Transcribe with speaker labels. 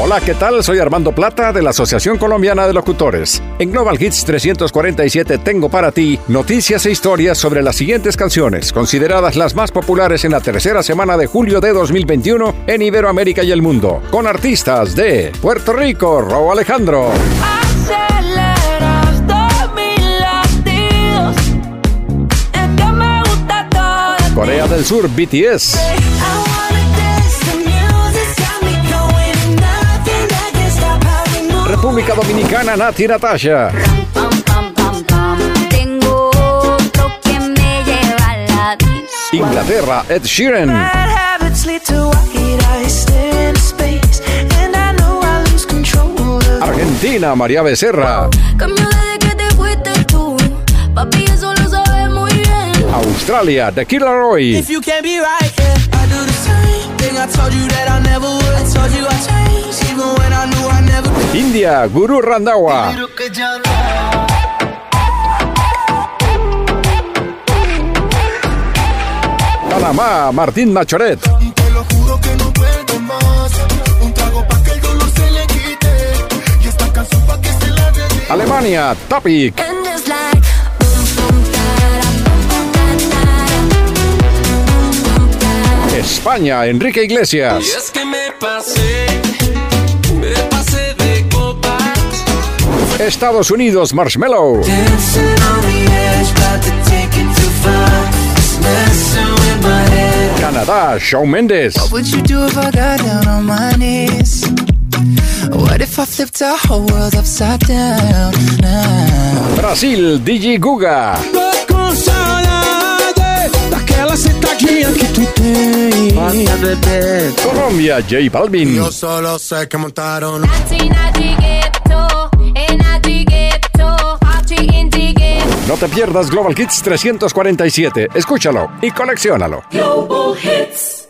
Speaker 1: Hola, ¿qué tal? Soy Armando Plata de la Asociación Colombiana de Locutores. En Global Hits 347 tengo para ti noticias e historias sobre las siguientes canciones, consideradas las más populares en la tercera semana de julio de 2021 en Iberoamérica y el mundo, con artistas de Puerto Rico, Ro Alejandro.
Speaker 2: Aceleras de mis latidos. Es que me gusta todo de ti.
Speaker 1: Corea del Sur, BTS.
Speaker 2: I wanna dance, the music's got me going. Nothing that can stop how we move.
Speaker 1: República Dominicana, Nati Natasha.
Speaker 3: Pam, pam, pam, pam. Tengo otro que me lleva a la disco.
Speaker 1: Inglaterra, Ed Sheeran.
Speaker 2: Bad habits lead to white ice in space. And I know I lose control of
Speaker 1: Argentina, María Becerra.
Speaker 3: Cambió desde que te fuiste tú. Papi, eso lo sabes muy bien.
Speaker 1: Australia, The Killer Roy.
Speaker 4: If you can't be right, yeah. I do the same thing. I told you that I never would. I told you I changed, even when I knew I never could.
Speaker 1: India, Guru Randawa. Panamá, Martín Machoret.
Speaker 5: Te lo juro que no puedo más. Un trago pa' que el dolor se le quite. Y esta canción pa' que se la dedique.
Speaker 1: Alemania, Topic.
Speaker 3: And it's like boom, boom, tara, boom, boom, ta, tara. Boom, boom, tara.
Speaker 1: España, Enrique Iglesias.
Speaker 6: Y es que me pasé, me pasé de copas.
Speaker 1: Estados Unidos, Marshmallow.
Speaker 4: Dancing on the edge, about to take it too far. It's messing with my head.
Speaker 1: Canadá, Shawn Mendes.
Speaker 4: Would you do if I got down on my knees? What if I flipped our whole world upside down now?
Speaker 1: Brasil, Digi Guga.
Speaker 4: Com saudade daquela cidadinha que tu tem.
Speaker 1: Colombia, J Balvin.
Speaker 5: Yo solo sé que montaron
Speaker 3: Nazi, Nazi, ghetto. Eh, Nazi, ghetto. Hachi, Indi, ghetto.
Speaker 1: No te pierdas Global Hits 347. Escúchalo y coleccionalo.
Speaker 2: global hits.